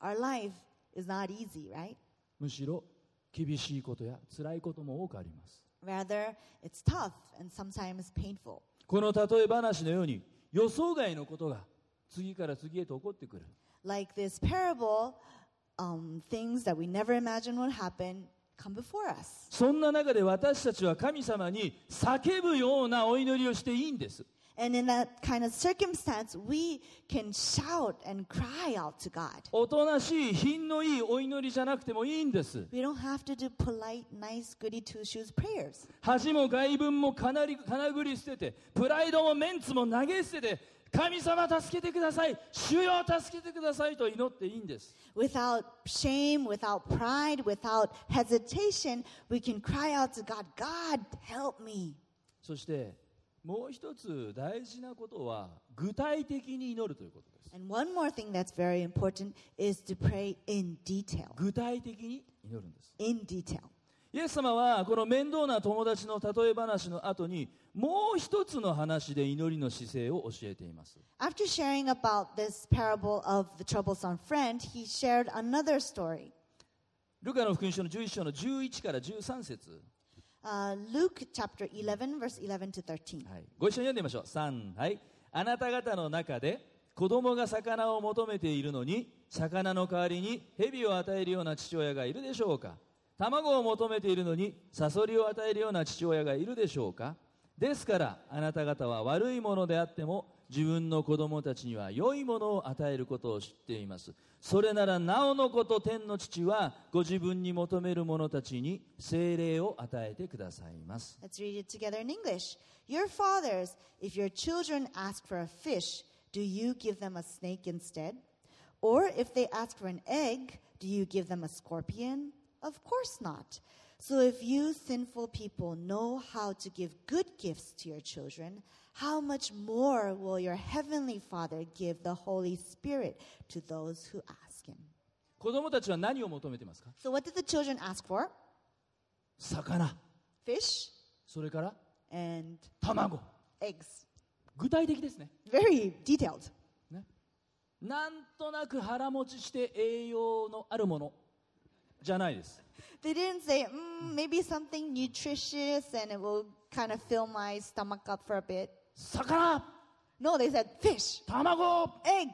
Our life is not easy, right?
むしろ厳しいことや辛いことも多くあります
Rather, it's tough and sometimes painful.
この例え話のように予想外のことが次から次へと起こってくる
Like this parable, um, things that we never imagined would happen come before us.
そんな中で私たちは神様に叫ぶようなお祈りをしていいんです
And in that kind of circumstance, we can shout and cry out to God.
おとなしい品のいいお祈りじゃなくてもいいんです
We don't have to do polite, nice, goody two shoes prayers.
恥も外分もかなりかなぐり捨ててプライドもメンツも投げ捨てて神様助けてください主よ助けてくださいと祈っていいんです
Without shame, without pride, without hesitation, we can cry out to God, God, help me.
そしてもう一つ大事なことは具体的に祈るということです
And one more thing that's very important is to pray in detail.
具体的に祈るんです
In detail.
イエス様はこの面倒な友達の例え話の後にもう一つの話で祈りの姿勢を教えています
After sharing about this parable of the troublesome friend, he shared another story.
ルカの福音書の11章の11から13節
Uh, Luke chapter 11, verse 11 to 13.
はい、ご一緒に読んでみましょう3はいあなた方の中で子供が魚を求めているのに魚の代わりに蛇を与えるような父親がいるでしょうか卵を求めているのにサソリを与えるような父親がいるでしょうかですからあなた方は悪いものであっても自分の子供たちには良いものを与えることを知っていますそれならなおのこと天の父はご自分に求める者たちに精霊を与えてくださいます
Let's read it together in English. Your fathers, if your children ask for a fish, do you give them a snake instead? Or if they ask for an egg, do you give them a scorpion? Of course not. So if you sinful people know how to give good gifts to your children, how much more will your heavenly Father give the Holy Spirit to those who ask him?
子供たちは何を求めてますか
So what did the children ask for?
魚
Fish
それから
and
卵
eggs.
具体的ですね
Very detailed.
ねなんとなく腹持ちして栄養のあるものじゃないです
They didn't say, mm, maybe something nutritious and it will kind of fill my stomach up for a bit.
魚
No, they said fish,
卵
egg.
ね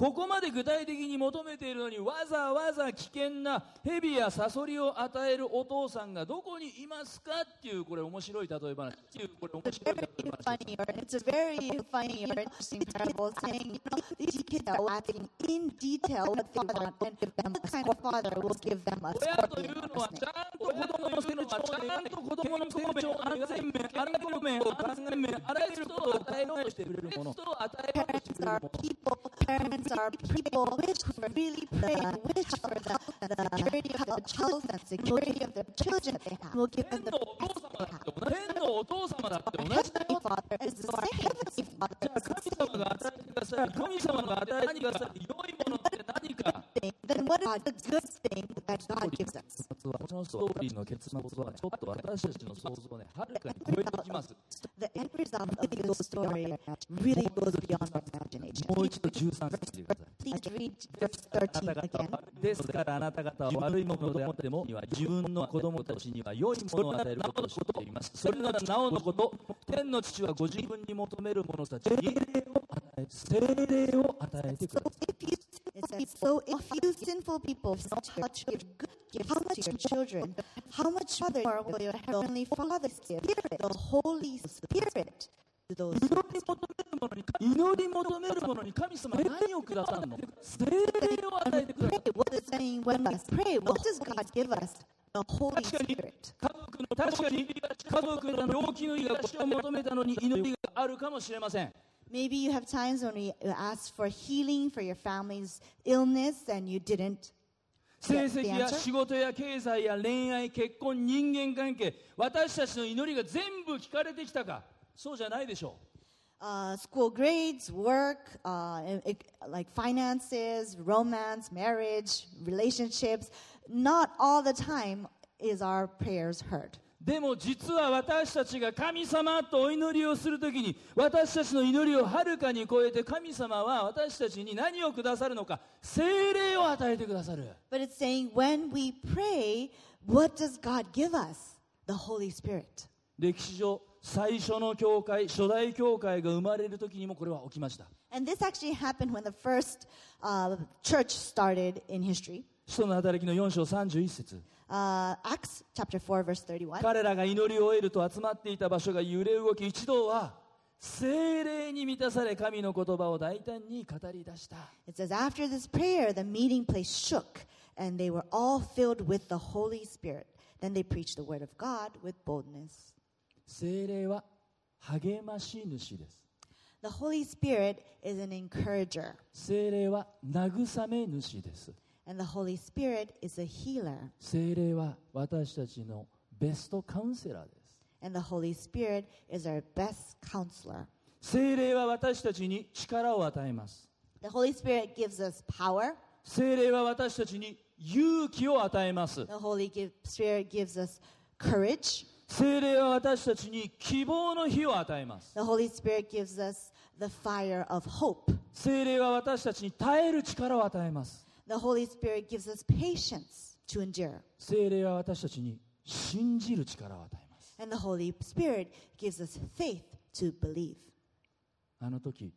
ここまで具体的に求めているのにわざわざ危険な蛇やサソリを与えるお父さんがどこにいますかっていうこれ面白い例え話っていうこれ面
It's
白い例え
very
話
funny, or it's a very funny or interesting parable saying, you know, these kids are acting in detail what they want and what kind of father will give them a
親というの
scorpion or
は
snake.
ちゃんと子供の成長ちゃんと子供の成長安全面安全面安全面あらゆることを与えようとしてくれるものを与えようとしてくれるもの
Parents are people. Parents are people which really pray, which for the, the security of their health and security of their children that they have. Will give
天
them
の
the
お
best
父様
they
だ
have.
って同じ天のお父様だって同じ
Our heavenly Father is the same. Heavenly Father
じゃあ
is the
神
same.
様が与えてください神様が与えてください良いものって何か
thing, then what is the good thing that God gives us?
このストーリーの結末はちょっと私たちの想像をねはるかに超えていきます
The end result of this story really goes beyond our imagination.
もう一度13節でください
Please read verse
あ
13
なた方
again.
はですからあなた方は悪いものであっても自分の子供たちには良いものを与えることを知っていますそれならなおのこと天の父はご自分に求める者たちに精霊を与えてく
So
ださい
if you it says, so if you sinful people know how to give good gifts to your children, how much more will your heavenly Father give the Holy Spirit to those? who
祈り求める者に祈り求める者に神様は何をくださるの精霊を与えてくださ
Pray.
い
What is saying when we pray? What does God give us?
確かに
The Holy Spirit.
家族の確かに家族の病気の癒しを求めたのに祈りがあるかもしれません
Maybe you have times when we ask for healing for your family's illness and you didn't.
成績や仕事や経済や恋愛結婚人間関係私たちの祈りが全部聞かれてきたかそうじゃないでしょ
Uh, school grades, work, uh, e- e- like finances, romance, marriage, relationships. Not all the time is our prayers heard.
うでも実は私たちが神様とお祈りをするときに私たちの祈りをはるかに超えて神様は私たちに何をくださるのか精霊を与えてくださる
But it's saying when we pray, what does God give us? The Holy Spirit.
歴史上最初の教会初代教会が生まれるときにもこれは起きました
And this actually happened when the first uh, church started in history.
使徒の働きの4章31節
Uh, Acts chapter 4, verse 31.
彼らが祈りを終えると集まっていた場所が揺れ動き一同は精霊に満たされ神の言葉を大胆に語り出した
It says, After this prayer, the meeting place shook, and they were all filled with the Holy Spirit. Then they preached the word of God with boldness.
精霊は励まし主です
The Holy Spirit is an encourager,
精霊は慰め主です
and the Holy Spirit is a healer,
精霊は私たちのベストカウンセラーで
and the Holy Spirit is our best counselor.
す精霊は私たちに力を与えます
The Holy Spirit gives us power,
精霊は私たちに勇気を与えます
the Holy give, Spirit gives us courage,
精霊は私たちに希望の火を与えます
the Holy Spirit gives us the fire of hope,
精霊は私たちに耐える力を与えます
the Holy Spirit gives us patience to endure.
精霊は私たちに信じる力を与えます
And the Holy Spirit gives us faith to believe.
あの時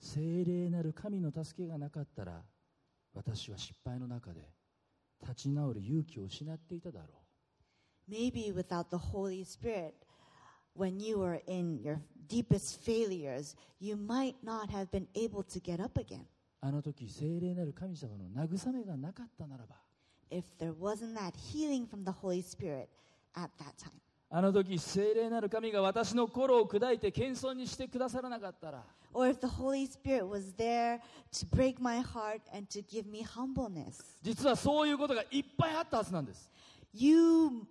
精霊なる神の助けがなかったら私は失敗の中で立ち直る勇気を失っていただろ
Maybe without the Holy Spirit, when you were in your deepest failures, you might not have been able to get up again.
うあの時精霊なる神様の慰めがなかったならば
If there wasn't that healing from the Holy Spirit at that time,
あの時精霊なる神が私の心を砕いて謙遜にしてくださらなかったら
or if the Holy Spirit was there to break my heart and to give me humbleness,
実はそういうことがいっぱいあったはずなんです
you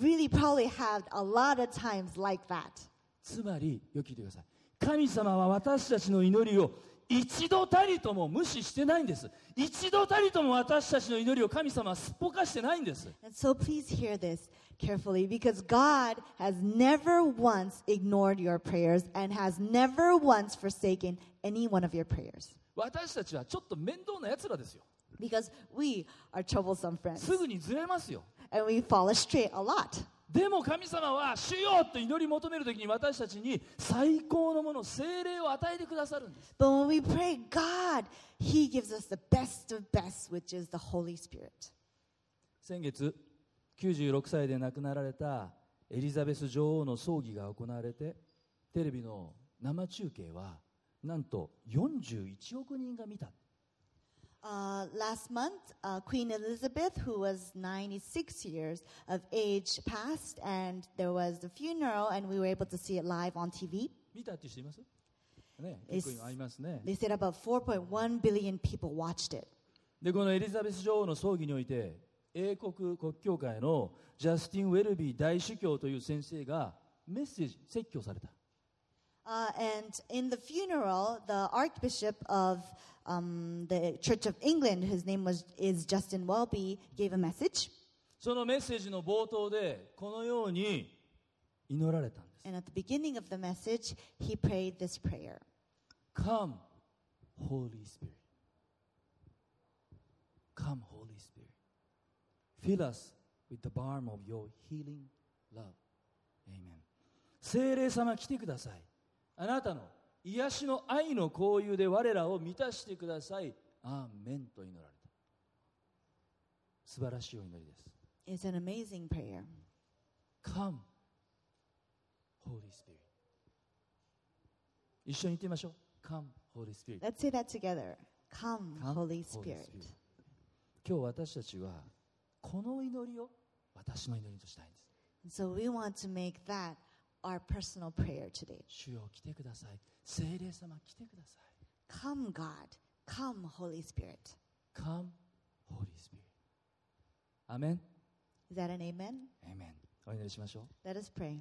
really probably had a lot of times like that.
つまりよく聞いてください神様は私たちの祈りを一度たりとも無視してないんです一度たりとも私たちの祈りを神様はすっぽかしてないんです
And so please hear this carefully because God has never once ignored your prayers and has never once forsaken any one of your prayers.
私たちはちょっと面倒なやつらですよ
Because we are troublesome friends
すぐにずれますよ
and we fall astray a lot.
ででも神様は主よと祈り求めるときに私たちに最高のもの、精霊を与えてくださるんです。
But when we pray, God, He gives us the best of best, which is the Holy Spirit.
先月、96歳で亡くなられたエリザベス女王の葬儀が行われて、テレビの生中継は、なんと41億人が見た。
Uh, last month, uh, Queen Elizabeth, who was 96 years of age, passed, and there was the funeral, and we were able to see it live on TV.
見たっていう人いますね、
It's-
結構今ありますね。
They said about 4.1 billion people watched it.
でこのエリザベス女王の葬儀において英国国教会のジャスティン・ウェルビー大主教という先生がメッセージ説教された
Uh, and in the funeral, the Archbishop of um, the Church of England, his name was is Justin Welby, gave a message.
そのメッセージの冒頭でこのように祈られたんです
And at the beginning of the message, he prayed this prayer
Come Holy Spirit Come Holy Spirit Fill us with the balm of your healing love Amen 聖霊様来てくださいあなたの癒しの愛の交友で我らを満たしてくださいアーメンと祈られた素晴らしいお祈りです
It's an amazing prayer.
Come Holy Spirit 一緒に言ってみましょう Come Holy Spirit
Let's say that together. Come,
Come, Holy
Holy Spirit.
Spirit. 今日私たちはこの祈りを私の祈りとしたいんです
And so we want to make that our personal prayer today.
主よ来てください聖霊様来てくださ
Come, God. Come, Holy Spirit.
い Come Holy Spirit アメン
Is that an amen?
アメンお祈りしましょ
Let us pray.
う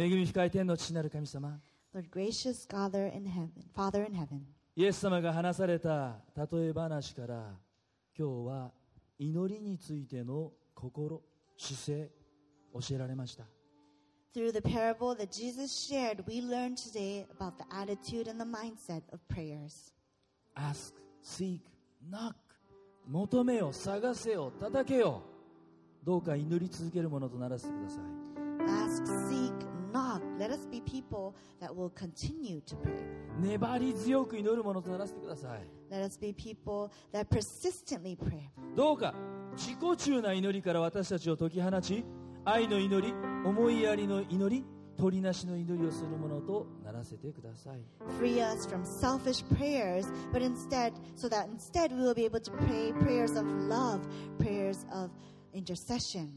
恵み深い天の父なる神様
Lord, gracious Father in heaven, Father in heaven,
イエス様が話された例え話から今日は祈りについての心姿勢教えられました
through the parable that Jesus shared, we learn today about the attitude and the mindset of prayers.
Ask, seek, knock 求めよ探せよ叩けよどうか祈り続けるものとならせてください
Ask, seek, knock. Let us be people that will continue to pray.
粘り強く祈るものとならせてください
Let us be people that persistently pray.
どうか自己中な祈りから私たちを解き放ち愛の祈り思いやりの祈り取りなしの祈りをするものとならせてください
Free us from selfish prayers, but instead, so that instead we will be able to pray prayers of love, prayers of intercession.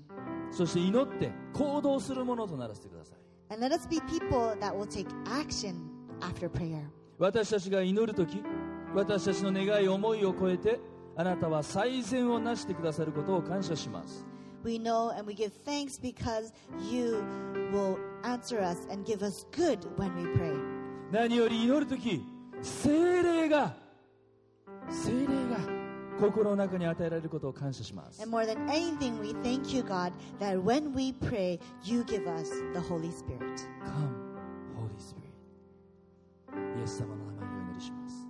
そして祈って行動するものとならせてください
And let us be people that will take action after prayer.
私たちが祈る時私たちの願い思いを超えてあなたは最善をなしてくださることを感謝します
We know and we give thanks because you will answer us and give us good when we pray.
何より祈る時精霊が精霊が心の中に与えられることを感謝します
And more than anything, we thank you, God, that when we pray, you give us the Holy Spirit.
Come, Holy Spirit. イエス様の名前でお祈りします。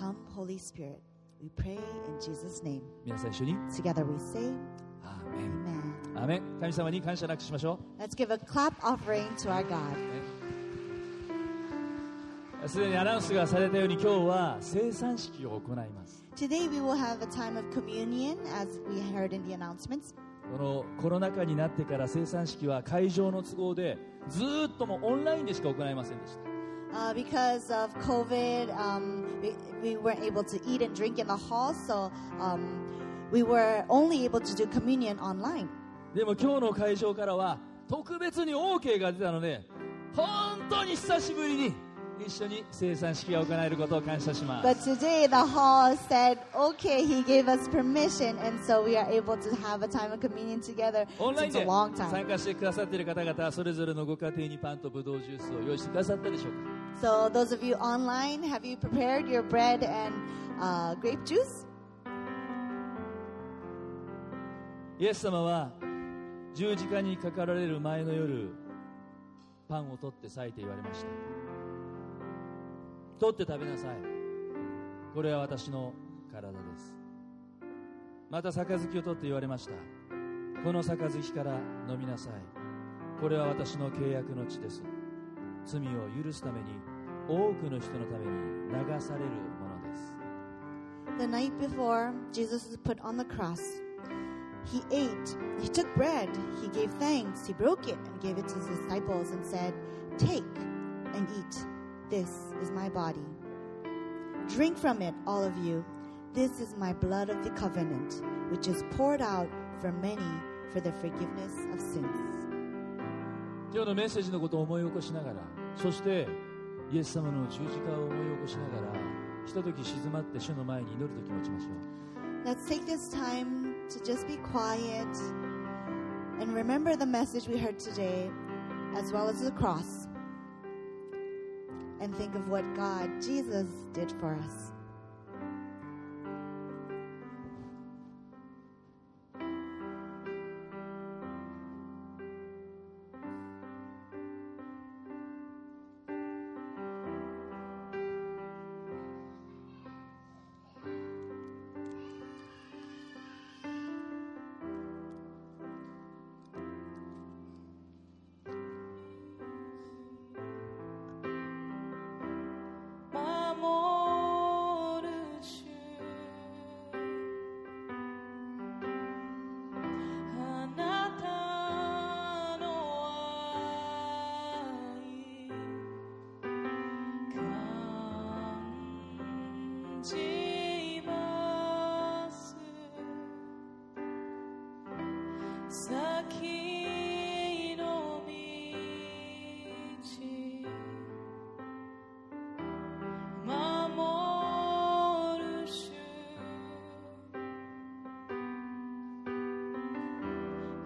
Come, Holy Spirit. We pray in Jesus' name.
皆さん一緒に、
Together we say,
アーメン。
Amen.
アーメン。神様に感謝なくしましょ
Let's give a clap offering to our God.
う。すでにアナウンスがされたように今日は生産式を行います。
Today we will have a time of communion, as we heard in the announcements.
このコロナ禍になってから生産式は会場の都合でずーっともうオンラインでしか行いませんでした。
Uh, because of COVID, um, we, we weren't able to eat and drink in the hall, so um, we were only able to do communion online.
でも今日の会場からは特別に OK が出たので本当に久しぶりに一緒に生産式が行えることを感謝します。
But today the hall said, okay, he gave us permission, and so we are able to have a time of communion together
オンライン
since a
で
long
参
time.
加してくださっている方々それぞれのご家庭にパンとブドウジュースを用意してくださったでしょうか
So, those of you online, have you prepared your bread and uh, grape juice?
イエス様は十字架にかかられる前の夜パンを取って裂いて言われました取って食べなさいこれは私の体ですまた杯を取って言われましたこの杯から飲みなさいこれは私の契約の地です罪を許すために多くの人のために流されるものです
The night before Jesus was put on the cross, he ate, he took bread, he gave thanks, he broke it and gave it to his disciples and said, Take and eat. This is my body. Drink from it, all of you. This is my blood of the covenant, which is poured out for many for the forgiveness of sins.
今日のメッセージのことを思い起こしながらそしてイエス様の十字架を思い起こしながらひととき静まって主の前に祈る時持ちましょう
Let's take this time to just be quiet and remember the message we heard today, as well as the cross, and think of what God, Jesus, did for us.
「守る主あなたの愛感じます」「先の道」守る主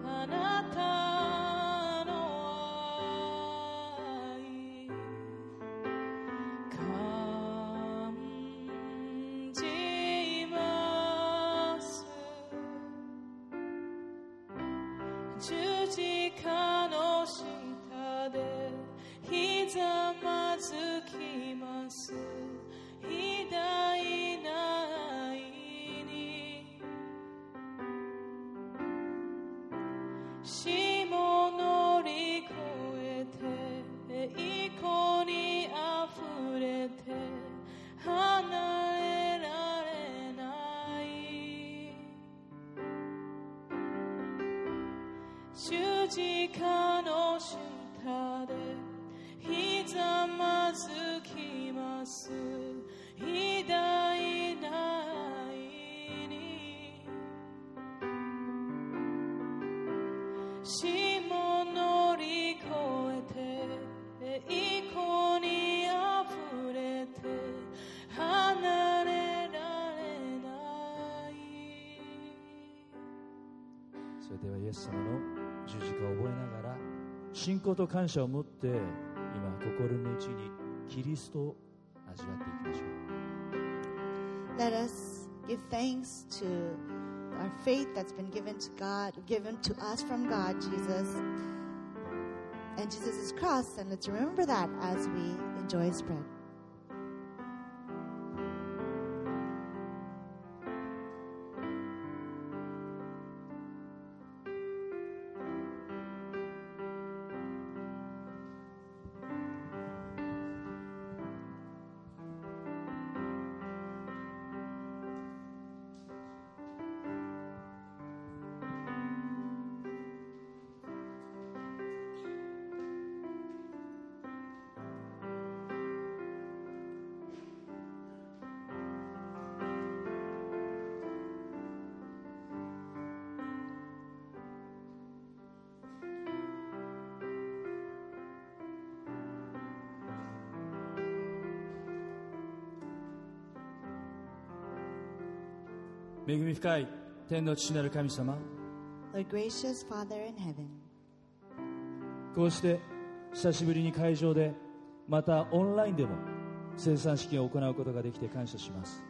あなたの愛感じます十字架の下でひざまずきます偉大な愛に死も乗り越えて栄光にあふれて離れられない十字架の下でひざまずきます偉大な愛に死も乗り越えて栄光にあふれて離れられない
それではイエス様の十字架を覚えながら信仰と感謝を持って今心の内にキリストを味わっていきましょう
Let us give thanks to our faith that's been given to God, given to us from God, Jesus, and Jesus' cross, and let's remember that as we enjoy His bread.
恵み深い天の父なる神様
Lord gracious Father in heaven,
こうして久しぶりに会場でまたオンラインでも生産式を行うことができて感謝します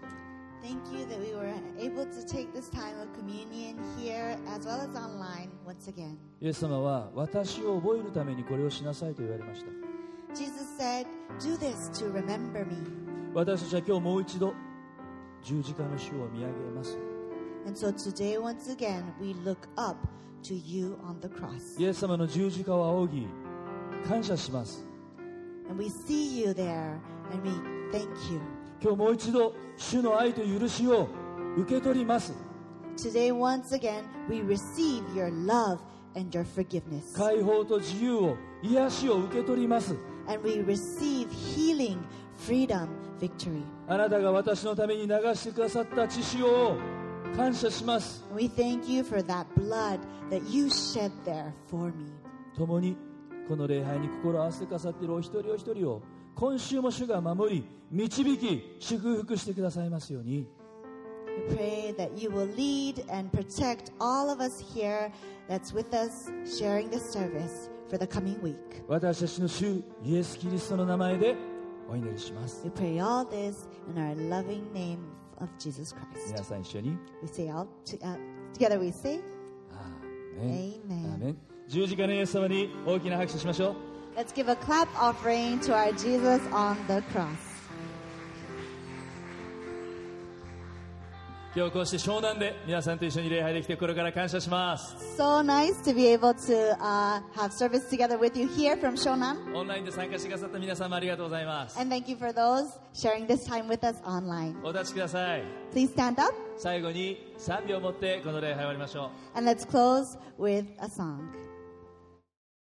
thank you that we were able to take this time of communion here as well as online once again.
イエス様は私を覚えるためにこれをしなさいと言われました
Jesus said, Do this to remember me.
私たちは今日もう一度十字架の主を見上げます
And so today, once again, we look up to you on the cross.
イエス様の十字架を仰ぎ感謝します
And we see you there and we thank you.
今日もう一度主の愛と許しを受け取ります
Today, once again, we receive your love and your forgiveness.
解放と自由を癒しを受け取ります
And we receive healing, freedom, victory.
あなたが私のために流してくださった血潮を感謝します
We thank you for that blood that you shed there for me.
共にこの礼拝に心を合わせてくださっているお一人お一人を今週も主が守り導き祝福してくださいますように
We pray that you will lead and protect all of us here that's with us sharing this service for the coming week.
私たちの主イエス・キリストの名前でお祈りします
We pray all this in our loving name of Jesus
皆
Christ.
さん一緒に
We say all to, uh, together we say,
アーメン
Amen
アーメン十字架のイエス様に大きな拍手しましょう
let's give a clap offering to our Jesus on the cross.
今日こうして湘南で皆さんと一緒に礼拝できて心から感謝します
So nice to be able to uh, have service together with you here from Shonan.
オンラインで参加してくださった皆さんもありがとうございます
And thank you for those sharing this time with us online.
お立ちください
Please stand up
最後に3秒持ってこの礼拝を終わりましょう
and let's close with a song.